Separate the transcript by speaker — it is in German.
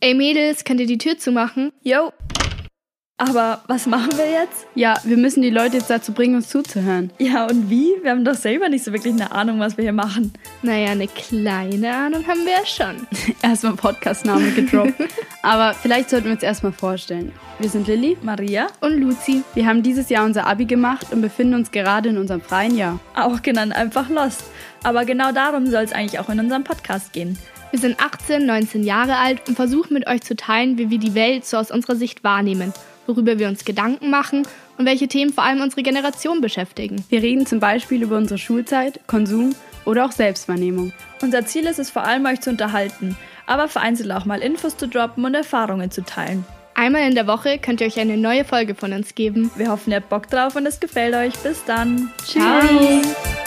Speaker 1: Ey Mädels, könnt ihr die Tür zumachen?
Speaker 2: Yo. Aber was machen wir jetzt?
Speaker 1: Ja, wir müssen die Leute jetzt dazu bringen, uns zuzuhören.
Speaker 2: Ja, und wie? Wir haben doch selber nicht so wirklich eine Ahnung, was wir hier machen.
Speaker 1: Naja, eine kleine Ahnung haben wir ja schon.
Speaker 3: Erstmal Podcastname gedroppt. Aber vielleicht sollten wir uns erstmal vorstellen. Wir sind Lilly.
Speaker 2: Maria?
Speaker 1: Und Luzi.
Speaker 3: Wir haben dieses Jahr unser Abi gemacht und befinden uns gerade in unserem freien Jahr.
Speaker 2: Auch genannt einfach Lost. Aber genau darum soll es eigentlich auch in unserem Podcast gehen.
Speaker 1: Wir sind 18, 19 Jahre alt und versuchen mit euch zu teilen, wie wir die Welt so aus unserer Sicht wahrnehmen, worüber wir uns Gedanken machen und welche Themen vor allem unsere Generation beschäftigen.
Speaker 3: Wir reden zum Beispiel über unsere Schulzeit, Konsum oder auch Selbstwahrnehmung.
Speaker 2: Unser Ziel ist es vor allem, euch zu unterhalten, aber vereinzelt auch mal Infos zu droppen und Erfahrungen zu teilen.
Speaker 1: Einmal in der Woche könnt ihr euch eine neue Folge von uns geben.
Speaker 2: Wir hoffen, ihr habt Bock drauf und es gefällt euch. Bis dann.
Speaker 1: Tschüss. Ciao.